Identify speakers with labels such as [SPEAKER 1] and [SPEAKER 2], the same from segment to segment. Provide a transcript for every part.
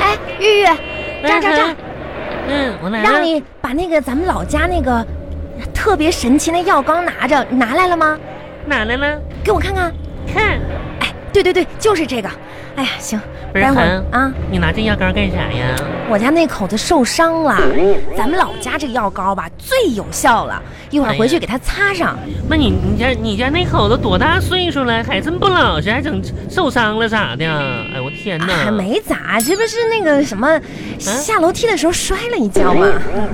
[SPEAKER 1] 哎炸炸炸！
[SPEAKER 2] 嗯，我来了。
[SPEAKER 1] 让你把那个咱们老家那个特别神奇那药缸拿着，你拿来了吗？
[SPEAKER 2] 哪来了？
[SPEAKER 1] 给我看看。
[SPEAKER 2] 看，
[SPEAKER 1] 哎，对对对，就是这个。哎呀，行，
[SPEAKER 2] 不是
[SPEAKER 1] 待会儿
[SPEAKER 2] 韩
[SPEAKER 1] 啊，
[SPEAKER 2] 你拿这药膏干啥呀？
[SPEAKER 1] 我家那口子受伤了，
[SPEAKER 2] 嗯
[SPEAKER 1] 咱们老家这个药膏吧最有效了，一会儿
[SPEAKER 2] 哎
[SPEAKER 1] 回去给它擦上。
[SPEAKER 2] 那你你家你家那口子多大岁数了，还这么不老实，还整受伤了咋的？哎，我天哪！
[SPEAKER 1] 啊，没咋，这不是那个什
[SPEAKER 2] 啊
[SPEAKER 1] 么，下楼梯的时候摔了一跤吗？
[SPEAKER 2] 嗯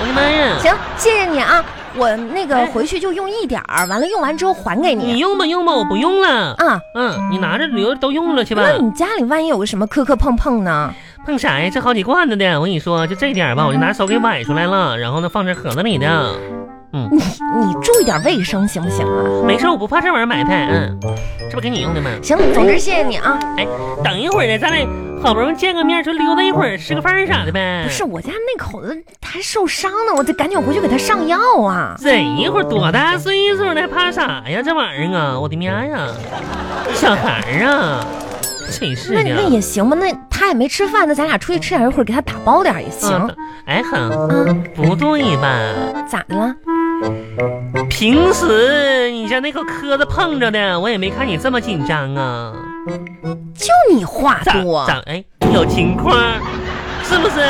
[SPEAKER 2] 我的妈哎呀！
[SPEAKER 1] 行，谢谢你啊，我那个
[SPEAKER 2] 哎
[SPEAKER 1] 回去就用一点儿，完了用完之后还给
[SPEAKER 2] 你
[SPEAKER 1] 你。
[SPEAKER 2] 用吧用吧，我不用了。
[SPEAKER 1] 啊，
[SPEAKER 2] 嗯，你拿着留着都用了去吧。
[SPEAKER 1] 那你家里万一有个什么磕磕碰碰呢？
[SPEAKER 2] 碰啥呀？这好几罐子的，我跟你说，就
[SPEAKER 1] 嗯
[SPEAKER 2] 这点儿吧，我就拿手给崴出来了，然后呢放这盒子里的。嗯，
[SPEAKER 1] 你注意点卫生行不行啊？
[SPEAKER 2] 没事，我不怕这玩意儿埋汰。嗯，这不给你用的吗？
[SPEAKER 1] 行，总之谢谢你啊。
[SPEAKER 2] 哎，等一会儿呢，咱俩好不容易见个面，就溜达一会儿，吃个饭儿啥的呗。
[SPEAKER 1] 不是，我家那口子还受伤呢，我得赶紧回去给他上药啊！
[SPEAKER 2] 怎一会儿多大
[SPEAKER 1] 哦
[SPEAKER 2] 岁数了，还怕啥呀？这玩意儿
[SPEAKER 1] 嗯
[SPEAKER 2] 啊，我的妈呀，小孩儿啊，真是
[SPEAKER 1] 那
[SPEAKER 2] 的。
[SPEAKER 1] 你那也行吧，那他也没吃饭，那咱俩出去吃点，一会儿给他打包点也行
[SPEAKER 2] 嗯哎，哼，
[SPEAKER 1] 啊？
[SPEAKER 2] 不对吧？
[SPEAKER 1] 咋的了？
[SPEAKER 2] 平时你像那个磕子碰着的，我也没看你这么紧张啊。
[SPEAKER 1] 就你话
[SPEAKER 2] 咋
[SPEAKER 1] 多，
[SPEAKER 2] 咋？哎，有情况，是不是？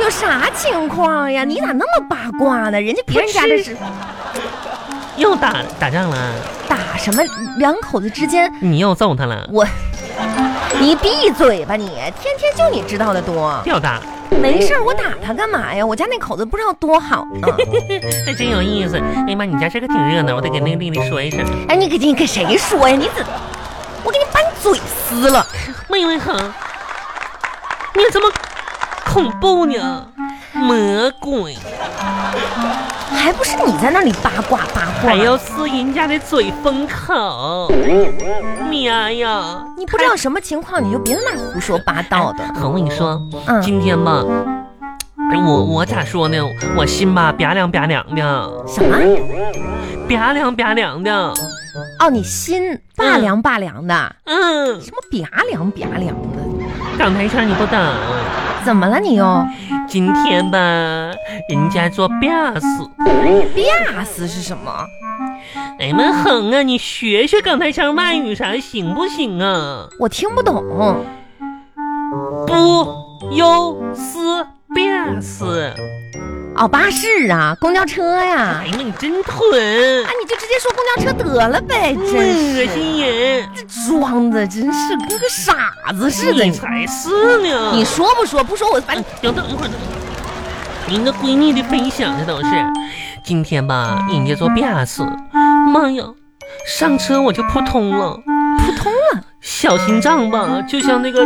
[SPEAKER 1] 有啥情况呀？你咋那么八卦呢？人家别人家
[SPEAKER 2] 不
[SPEAKER 1] 这
[SPEAKER 2] 是
[SPEAKER 1] 是
[SPEAKER 2] 又打打仗了？
[SPEAKER 1] 打什么？两口子之间，
[SPEAKER 2] 你又揍他了？
[SPEAKER 1] 我，你闭嘴吧你！天天就你知道的多，
[SPEAKER 2] 吊打。
[SPEAKER 1] 没事儿我打他干嘛呀？我家那口子不知道多好啊呢。
[SPEAKER 2] 这真有意思。哎呀妈，你家这个挺热闹，我得给那个丽丽说一声。
[SPEAKER 1] 哎，你给你给谁说呀？你怎，我给你把你嘴撕了！
[SPEAKER 2] 妹妹好，你怎么恐怖呢？魔鬼
[SPEAKER 1] 还不是你在那里八卦八卦？
[SPEAKER 2] 还要撕人家的嘴封口，喵呀！
[SPEAKER 1] 你不知道什么情况，你就别在那儿胡说八道的。
[SPEAKER 2] 好，我跟你说，
[SPEAKER 1] 嗯，
[SPEAKER 2] 今天吧，哎我我咋说呢？我心吧吧凉吧凉的，
[SPEAKER 1] 什么？
[SPEAKER 2] 吧凉吧凉的，
[SPEAKER 1] 哦，你心拔凉拔凉的，
[SPEAKER 2] 嗯，
[SPEAKER 1] 什么拔凉拔凉的？
[SPEAKER 2] 港台腔你不懂。
[SPEAKER 1] 怎么了你又？
[SPEAKER 2] 今天吧，人家做吧死。
[SPEAKER 1] 吧啊死是什么？
[SPEAKER 2] 哎呀妈，哼啊！你学学港台腔外语啥的行不行啊？
[SPEAKER 1] 我听不懂。
[SPEAKER 2] 不忧思变死。
[SPEAKER 1] 哦，巴士啊，公交车呀、啊
[SPEAKER 2] 哎呀妈，你真囤
[SPEAKER 1] 啊，，你就直接说公交车得了呗，真
[SPEAKER 2] 恶
[SPEAKER 1] 是
[SPEAKER 2] 心人！
[SPEAKER 1] 这装的真是跟个傻子似的。你
[SPEAKER 2] 你才是呢！
[SPEAKER 1] 你说不说？不说我把你
[SPEAKER 2] 哎，等等一会儿，等您的闺蜜的分享这都是。今天吧，人家做变死，妈呀，上车我就扑通了，
[SPEAKER 1] 扑通了。
[SPEAKER 2] 小心脏吧，就像那个。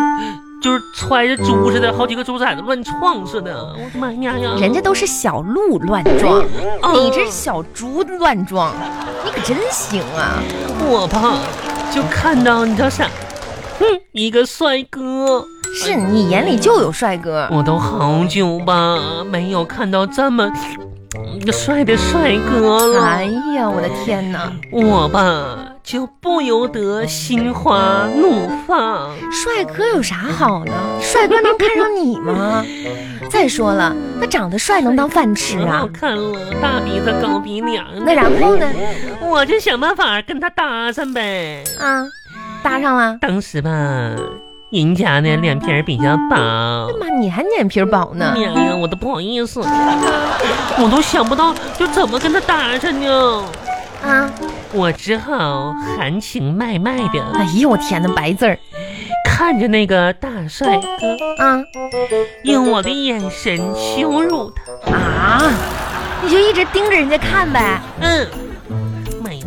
[SPEAKER 2] 就是揣着猪似的，好几个猪崽子乱撞似的，我的妈呀呀！
[SPEAKER 1] 人家都是小鹿乱撞，你这是小猪乱撞，你可真行啊！
[SPEAKER 2] 我吧，就看到你知道啥？哼，一个帅哥，
[SPEAKER 1] 是你眼里就有帅哥，
[SPEAKER 2] 我都好久吧没有看到这么嗯帅的帅哥
[SPEAKER 1] 哎
[SPEAKER 2] 了。
[SPEAKER 1] 呀，我的天哪！
[SPEAKER 2] 我吧，就不由得心花怒放。
[SPEAKER 1] 帅哥有啥好呢？帅哥能看上你吗？ 再说了，那长得帅能当饭吃
[SPEAKER 2] 可好
[SPEAKER 1] 啊？
[SPEAKER 2] 看了，大鼻子高鼻梁
[SPEAKER 1] 那
[SPEAKER 2] 的，
[SPEAKER 1] 然后呢？
[SPEAKER 2] 我就想办法跟他搭讪呗。
[SPEAKER 1] 啊，搭上了。
[SPEAKER 2] 当时吧，人家呢脸皮儿比较薄，
[SPEAKER 1] 妈，你还脸皮薄呢？
[SPEAKER 2] 娘呀，我都不好意思，我都想不到就怎么跟他搭讪呢，
[SPEAKER 1] 啊！
[SPEAKER 2] 我只好含情脉脉的
[SPEAKER 1] 哎呦，我天哪，白字儿
[SPEAKER 2] 看着那个大帅哥，
[SPEAKER 1] 啊
[SPEAKER 2] 用我的眼神羞辱他。
[SPEAKER 1] 啊！你就一直盯着人家看呗。
[SPEAKER 2] 嗯，妈呀，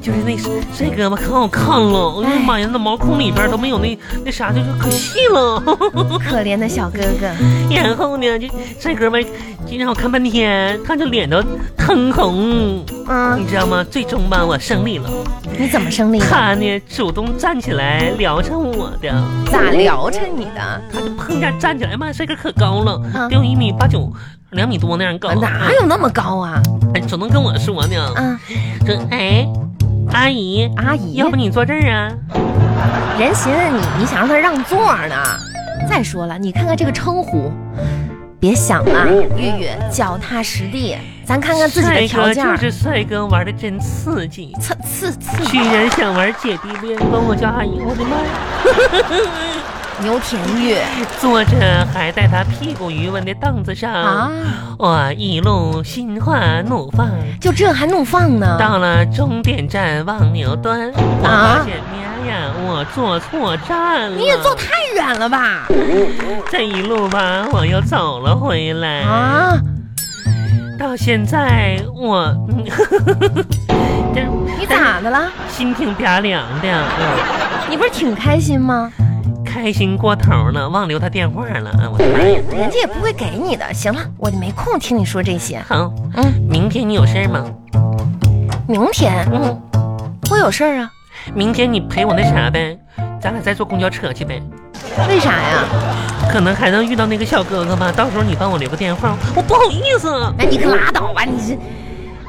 [SPEAKER 2] 就是那帅哥吧，可好看了，哎呀妈呀，那毛孔里边都没有那那啥，就是可细了。
[SPEAKER 1] 可怜的小哥哥，
[SPEAKER 2] 然后呢，这帅哥吧，就让我看半天，看着脸都通红，
[SPEAKER 1] 嗯
[SPEAKER 2] 你，知道吗？最终吧，我胜利了。
[SPEAKER 1] 你怎么胜利的？
[SPEAKER 2] 他呢主动站起来聊上我的，
[SPEAKER 1] 咋聊着你的？
[SPEAKER 2] 他就砰一下站起来，哎妈呀，帅哥可高了，
[SPEAKER 1] 啊
[SPEAKER 2] 得有一米八九，两米多那样高，
[SPEAKER 1] 哪有那么高啊？
[SPEAKER 2] 哎总能跟我说呢，
[SPEAKER 1] 啊，
[SPEAKER 2] 说哎，阿姨，
[SPEAKER 1] 阿姨
[SPEAKER 2] 要，不你坐这儿啊？
[SPEAKER 1] 人寻思你，你想让他让座呢？再说了，你看看这个称呼，别想了，
[SPEAKER 2] 嗯
[SPEAKER 1] 玉玉脚踏实地，咱看看自己的
[SPEAKER 2] 帅
[SPEAKER 1] 条
[SPEAKER 2] 哥
[SPEAKER 1] 件
[SPEAKER 2] 就
[SPEAKER 1] 儿，
[SPEAKER 2] 是帅哥，玩的真刺激。
[SPEAKER 1] 刺刺刺
[SPEAKER 2] 居然想玩姐弟恋，管我叫阿姨，我的妈！
[SPEAKER 1] 牛田玉
[SPEAKER 2] 坐着还在他屁股余温的凳子上，
[SPEAKER 1] 啊，
[SPEAKER 2] 我一路心花怒放。
[SPEAKER 1] 就这还怒放呢？
[SPEAKER 2] 到了终点站望牛墩，我
[SPEAKER 1] 啊
[SPEAKER 2] 发现妈呀，我坐错站了。
[SPEAKER 1] 你也坐太远了吧？
[SPEAKER 2] 这一路吧，我又走了回来。
[SPEAKER 1] 啊，
[SPEAKER 2] 到现在我，嗯 这
[SPEAKER 1] 你咋的了？
[SPEAKER 2] 心挺嗲凉的，嗯
[SPEAKER 1] 你不是挺开心吗？
[SPEAKER 2] 开心过头了，忘留他电话了。嗯我的妈呀！
[SPEAKER 1] 人家也不会给你的。行了，我就没空听你说这些。
[SPEAKER 2] 好，
[SPEAKER 1] 嗯，
[SPEAKER 2] 明天你有事儿吗？
[SPEAKER 1] 明天
[SPEAKER 2] 嗯，
[SPEAKER 1] 我有事儿啊？
[SPEAKER 2] 明天你陪我那啥呗，咱俩再坐公交车去呗。
[SPEAKER 1] 为啥呀？
[SPEAKER 2] 可能还能遇到那个小哥哥吧，到时候你帮我留个电话，我不好意思。
[SPEAKER 1] 那你可拉倒吧，你这。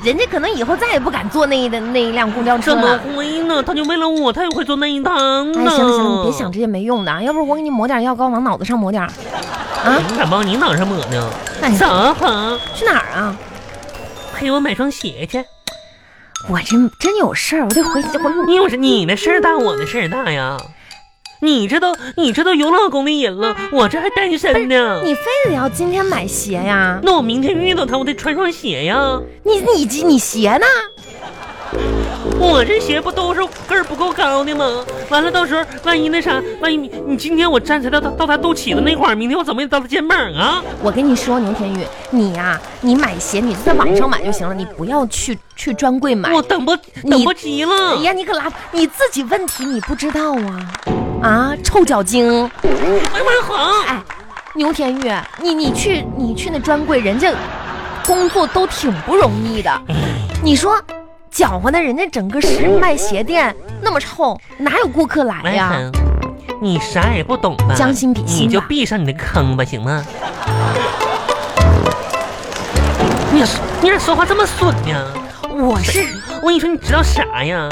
[SPEAKER 1] 人家可能以后再也不敢坐那一的那一辆公交车
[SPEAKER 2] 怎么
[SPEAKER 1] 了。
[SPEAKER 2] 会呢？他就为了我，他也会坐那一趟呢。
[SPEAKER 1] 哎，行了行了，你别想这些没用的啊，要不我给你抹点药膏，往脑子上抹点儿。啊，
[SPEAKER 2] 你咋往你脑上抹呢？
[SPEAKER 1] 那你
[SPEAKER 2] 走好，
[SPEAKER 1] 去哪儿啊？
[SPEAKER 2] 陪我买双鞋去。
[SPEAKER 1] 我真真有事儿，我得回我
[SPEAKER 2] 你有事，你的事儿大，我的事儿大呀。你这都你这都有老公的人了，我这还单身呢。
[SPEAKER 1] 你非得要今天买鞋呀？
[SPEAKER 2] 那我明天遇到他，我得穿双鞋呀。
[SPEAKER 1] 你你你你鞋呢？
[SPEAKER 2] 我这鞋不都是个儿不够高的吗？完了，到时候万一那啥，万一你你今天我站起来到到他肚脐的那块儿，明天我怎么也到他肩膀啊？
[SPEAKER 1] 我跟你说，牛天宇，你呀、你买鞋你就在网上买就行了，你不要去去专柜买。
[SPEAKER 2] 我等不
[SPEAKER 1] 你
[SPEAKER 2] 等不及
[SPEAKER 1] 哎
[SPEAKER 2] 了。
[SPEAKER 1] 呀，你可拉，你自己问题你不知道啊？啊，臭脚精！
[SPEAKER 2] 哎呀妈呀，好！
[SPEAKER 1] 哎，牛田玉，你你去你去那专柜，人家工作都挺不容易的。你说，搅和的人家整个是卖鞋店那么臭，哪有顾客来
[SPEAKER 2] 哎
[SPEAKER 1] 呀？
[SPEAKER 2] 呀，你啥也不懂吧？
[SPEAKER 1] 将心比心吧嗯
[SPEAKER 2] 你就闭上你的坑吧，行吗？你咋你咋说话这么损呢？
[SPEAKER 1] 我是
[SPEAKER 2] 我跟你说，你知道啥呀？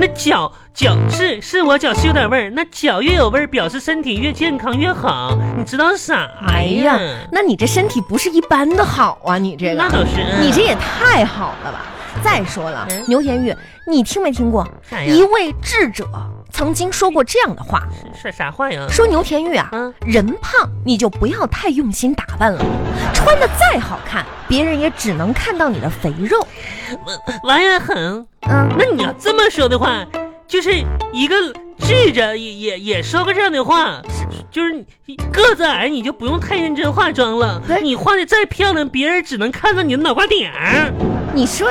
[SPEAKER 2] 那脚脚是是我脚是有点味儿，那脚越有味儿，表示身体越健康越好。你知道啥呀？
[SPEAKER 1] 哎呀，那你这身体不是一般的好啊！你这
[SPEAKER 2] 那
[SPEAKER 1] 个，
[SPEAKER 2] 倒是。
[SPEAKER 1] 你这也太好了吧！再说了
[SPEAKER 2] 嗯，
[SPEAKER 1] 牛田玉，你听没听过
[SPEAKER 2] 啥哎呀
[SPEAKER 1] 一位智者曾经说过这样的话？
[SPEAKER 2] 是啥话呀？
[SPEAKER 1] 说牛田玉啊，
[SPEAKER 2] 嗯
[SPEAKER 1] 人胖你就不要太用心打扮了，穿的再好看，别人也只能看到你的肥肉。
[SPEAKER 2] 完也很。
[SPEAKER 1] 嗯，
[SPEAKER 2] 那你要啊这么说的话，就是一个智者也也也说过这样的话，就是你个子矮你就不用太认真化妆了
[SPEAKER 1] 对，
[SPEAKER 2] 你化的再漂亮，别人只能看到你的脑瓜顶儿。
[SPEAKER 1] 你说，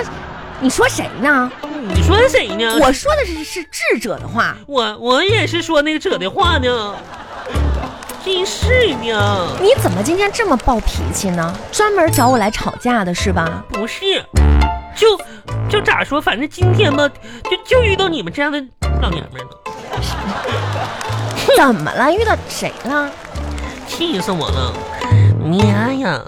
[SPEAKER 1] 你说谁呢？
[SPEAKER 2] 你说谁呢？
[SPEAKER 1] 我说的是是智者的话，
[SPEAKER 2] 我我也是说那个者的话呢，真是呢，
[SPEAKER 1] 你怎么今天这么暴脾气呢？专门找我来吵架的是吧？
[SPEAKER 2] 不是，就就咋说，反正今天吧，就就遇到你们这样的老娘们儿了，
[SPEAKER 1] 怎么了？遇到谁了？
[SPEAKER 2] 气死我了！妈呀，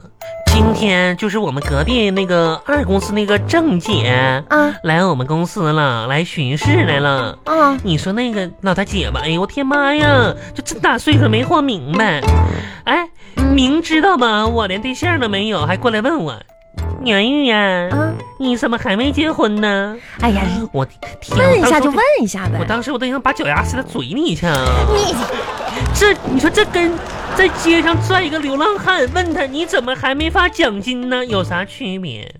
[SPEAKER 2] 今天就是我们隔壁那个二公司那个郑姐
[SPEAKER 1] 啊
[SPEAKER 2] 来我们公司了，来巡视来了。
[SPEAKER 1] 啊，
[SPEAKER 2] 你说那个老大姐吧，哎呦我天妈呀，就这大岁数没活明白，哎，明知道吧，我连对象都没有，还过来问我，娘玉呀，
[SPEAKER 1] 啊
[SPEAKER 2] 你怎么还没结婚呢？
[SPEAKER 1] 哎呀，
[SPEAKER 2] 我天，
[SPEAKER 1] 问一
[SPEAKER 2] 我当
[SPEAKER 1] 下
[SPEAKER 2] 时
[SPEAKER 1] 就
[SPEAKER 2] 我
[SPEAKER 1] 问一下呗
[SPEAKER 2] 我。当时我都想把脚丫塞他嘴里去啊，
[SPEAKER 1] 你
[SPEAKER 2] 这你说这跟在街上拽一个流浪汉问他你怎么还没发奖金呢，有啥区别？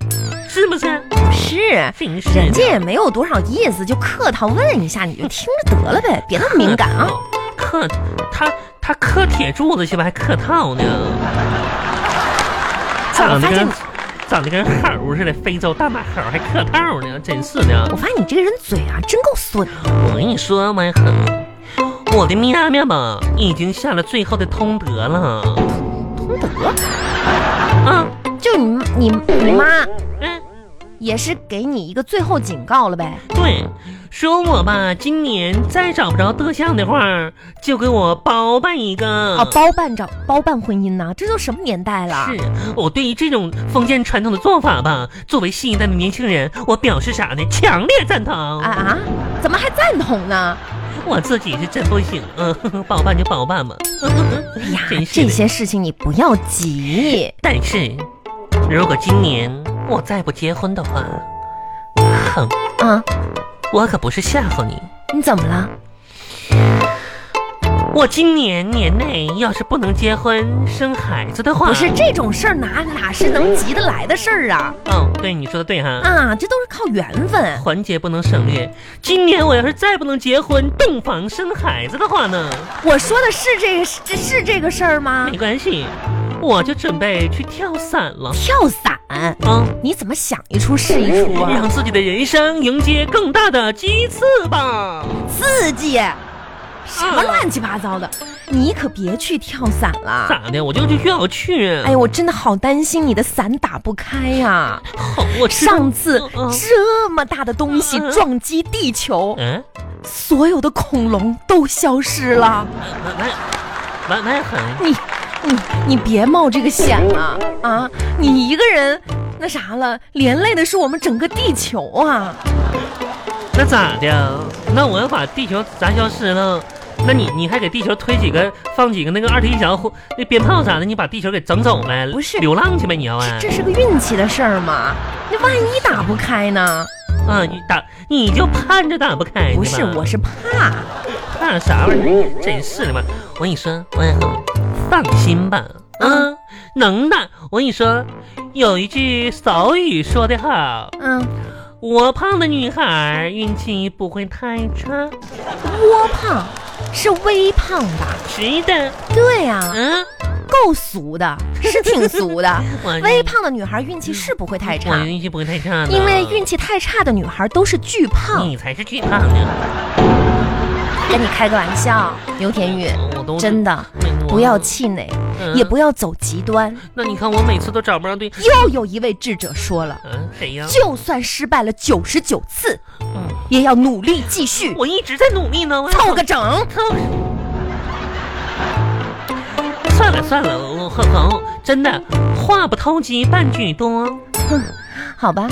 [SPEAKER 2] 是不是？
[SPEAKER 1] 是。
[SPEAKER 2] 真是的
[SPEAKER 1] 人家也没有多少意思，就客套问一下，你就听着得了呗，别那么敏感啊。
[SPEAKER 2] 刻他他刻铁柱子去吧，还刻套呢，
[SPEAKER 1] 哎我
[SPEAKER 2] 长得
[SPEAKER 1] 发现
[SPEAKER 2] 跟
[SPEAKER 1] 你
[SPEAKER 2] 长得跟猴似的，非洲大马猴还刻套呢，真是的
[SPEAKER 1] 我。发现你这个人嘴啊，真够损的。
[SPEAKER 2] 我跟你说嘛，很，我的喵喵吧，已经下了最后的通牒了
[SPEAKER 1] 通德，
[SPEAKER 2] 啊！
[SPEAKER 1] 就你你你妈
[SPEAKER 2] 嗯，
[SPEAKER 1] 也是给你一个最后警告了呗。
[SPEAKER 2] 对，说我吧，今年再找不着对象的话，就给我包办一个。
[SPEAKER 1] 啊，包办找包办婚姻呐、这都什么年代了？
[SPEAKER 2] 嗯是我对于这种封建传统的做法吧，作为新一代
[SPEAKER 1] 啊
[SPEAKER 2] 的年轻人，我表示啥呢？强烈赞同。
[SPEAKER 1] 啊啊，怎么还赞同呢？
[SPEAKER 2] 我自己是真不行， 嗯，呵呵包办就包办吧。
[SPEAKER 1] 哎呀
[SPEAKER 2] 真，是
[SPEAKER 1] 这
[SPEAKER 2] 的
[SPEAKER 1] 些事情你不要急，
[SPEAKER 2] 但是，如果今年我再不结婚的话，哼，
[SPEAKER 1] 啊，
[SPEAKER 2] 我可不是吓唬你，
[SPEAKER 1] 你怎么了？
[SPEAKER 2] 我今年年内要是不能结婚生孩子的话，
[SPEAKER 1] 不是这种事儿哪哪是能急得来的事儿啊？
[SPEAKER 2] 嗯，对，你说的对哈，
[SPEAKER 1] 啊，这都是靠缘分。
[SPEAKER 2] 环节不能省略。今年我要是再不能结婚、洞房生孩子的话呢，
[SPEAKER 1] 我说的是这个是这是这个事儿吗
[SPEAKER 2] 没？关系，我就准备去跳伞了
[SPEAKER 1] 跳伞，
[SPEAKER 2] 啊。
[SPEAKER 1] 你怎么想一出是一出啊？
[SPEAKER 2] 让自己的人生迎接更大的鸡翅吧！
[SPEAKER 1] 刺激，什么乱七八糟的，你可别去跳伞了。
[SPEAKER 2] 咋的？我就就越要去。
[SPEAKER 1] 哎呀，我真的好担心你的伞打不开呀、
[SPEAKER 2] 好，我知道
[SPEAKER 1] 上次
[SPEAKER 2] 嗯嗯
[SPEAKER 1] 这么大的东西撞击地球，
[SPEAKER 2] 嗯，
[SPEAKER 1] 所有的恐龙都消失了。
[SPEAKER 2] 那那那那哎很
[SPEAKER 1] 你你你别冒这个险了啊！你一个人那啥了，连累的是我们整个地球啊！
[SPEAKER 2] 那咋的？那我要把地球砸消失了，那你你还给地球推几个放几个那个二踢脚或那鞭炮啥的，你把地球给整走呗？
[SPEAKER 1] 不是
[SPEAKER 2] 流浪去呗？你要啊？
[SPEAKER 1] 这是个运气的事儿嘛？那万一打不开呢？
[SPEAKER 2] 啊，你打你就盼着打不开呢吧？
[SPEAKER 1] 不是，我是怕。
[SPEAKER 2] 怕啥玩意儿？真是的嘛！我跟你说，王小红，放心吧，
[SPEAKER 1] 啊
[SPEAKER 2] 嗯，能的。我跟你说，有一句俗语说得好，
[SPEAKER 1] 嗯，
[SPEAKER 2] 我胖的女孩运气不会太差。
[SPEAKER 1] 窝胖是微胖吧？
[SPEAKER 2] 是的，
[SPEAKER 1] 对呀、啊，
[SPEAKER 2] 嗯，
[SPEAKER 1] 够俗的，是挺俗的。
[SPEAKER 2] 我
[SPEAKER 1] 微胖的女孩运气是不会太
[SPEAKER 2] 我
[SPEAKER 1] 差，
[SPEAKER 2] 运气不会太差的，嗯
[SPEAKER 1] 因为运气太差的女孩都是巨胖。
[SPEAKER 2] 你才是最胖的。
[SPEAKER 1] 跟你开个玩笑，刘天宇，
[SPEAKER 2] 我都
[SPEAKER 1] 真的
[SPEAKER 2] 没
[SPEAKER 1] 不要，气馁，
[SPEAKER 2] 嗯
[SPEAKER 1] 也不。要走极端。
[SPEAKER 2] 那你看我每次都找不着对，
[SPEAKER 1] 又有一位智者说了，
[SPEAKER 2] 嗯，谁呀？
[SPEAKER 1] 就算失败了九十九次，
[SPEAKER 2] 嗯
[SPEAKER 1] 也要努力继续，
[SPEAKER 2] 我一直在努力呢，我
[SPEAKER 1] 凑个整。
[SPEAKER 2] 他算了算了，我我红真的话不投机半句多。
[SPEAKER 1] 好吧，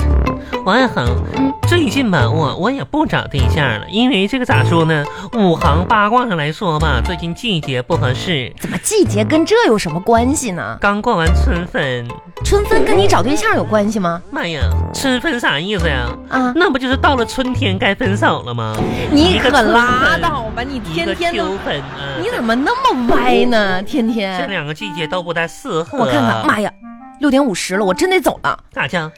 [SPEAKER 2] 王爱恒
[SPEAKER 1] 嗯，
[SPEAKER 2] 最近吧，我我也不找对象了，因为这个咋说呢？五行八卦上来说吧，最近季节不合适，
[SPEAKER 1] 怎么季节跟这有什么关系呢？
[SPEAKER 2] 刚过完春分，
[SPEAKER 1] 春分跟你找对象有关系吗？
[SPEAKER 2] 妈呀，春分啥意思呀？
[SPEAKER 1] 啊，
[SPEAKER 2] 那不就是到了春天该分手了吗？
[SPEAKER 1] 你
[SPEAKER 2] 一
[SPEAKER 1] 可
[SPEAKER 2] 个春
[SPEAKER 1] 拉
[SPEAKER 2] 分
[SPEAKER 1] 倒吧，你
[SPEAKER 2] 一
[SPEAKER 1] 天
[SPEAKER 2] 个
[SPEAKER 1] 天都
[SPEAKER 2] 秋哦分啊，
[SPEAKER 1] 你怎么那么歪呢？天
[SPEAKER 2] 这
[SPEAKER 1] 天，
[SPEAKER 2] 两个季节都不太适合。
[SPEAKER 1] 我看看，妈呀，六点五十了，我真得走了。
[SPEAKER 2] 咋讲？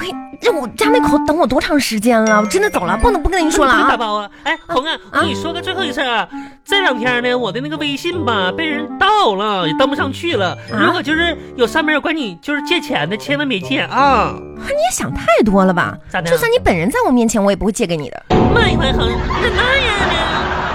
[SPEAKER 1] 喂，这我家门口等我多长时间啊了？我真的走了，不能不跟你说了
[SPEAKER 2] 不能打
[SPEAKER 1] 啊！
[SPEAKER 2] 包啊！哎，红啊，
[SPEAKER 1] 啊
[SPEAKER 2] 我跟你说个最后一事儿啊，这两天呢，我的那个微信吧被人盗了，也登不上去了。
[SPEAKER 1] 啊
[SPEAKER 2] 如果就是有上面有管你就是借钱的，千万别借啊！
[SPEAKER 1] 你也想太多了吧？
[SPEAKER 2] 咋的
[SPEAKER 1] 就算你本人在我面前，我也不会借给你的。
[SPEAKER 2] 慢一慢，红，那那样呢？啊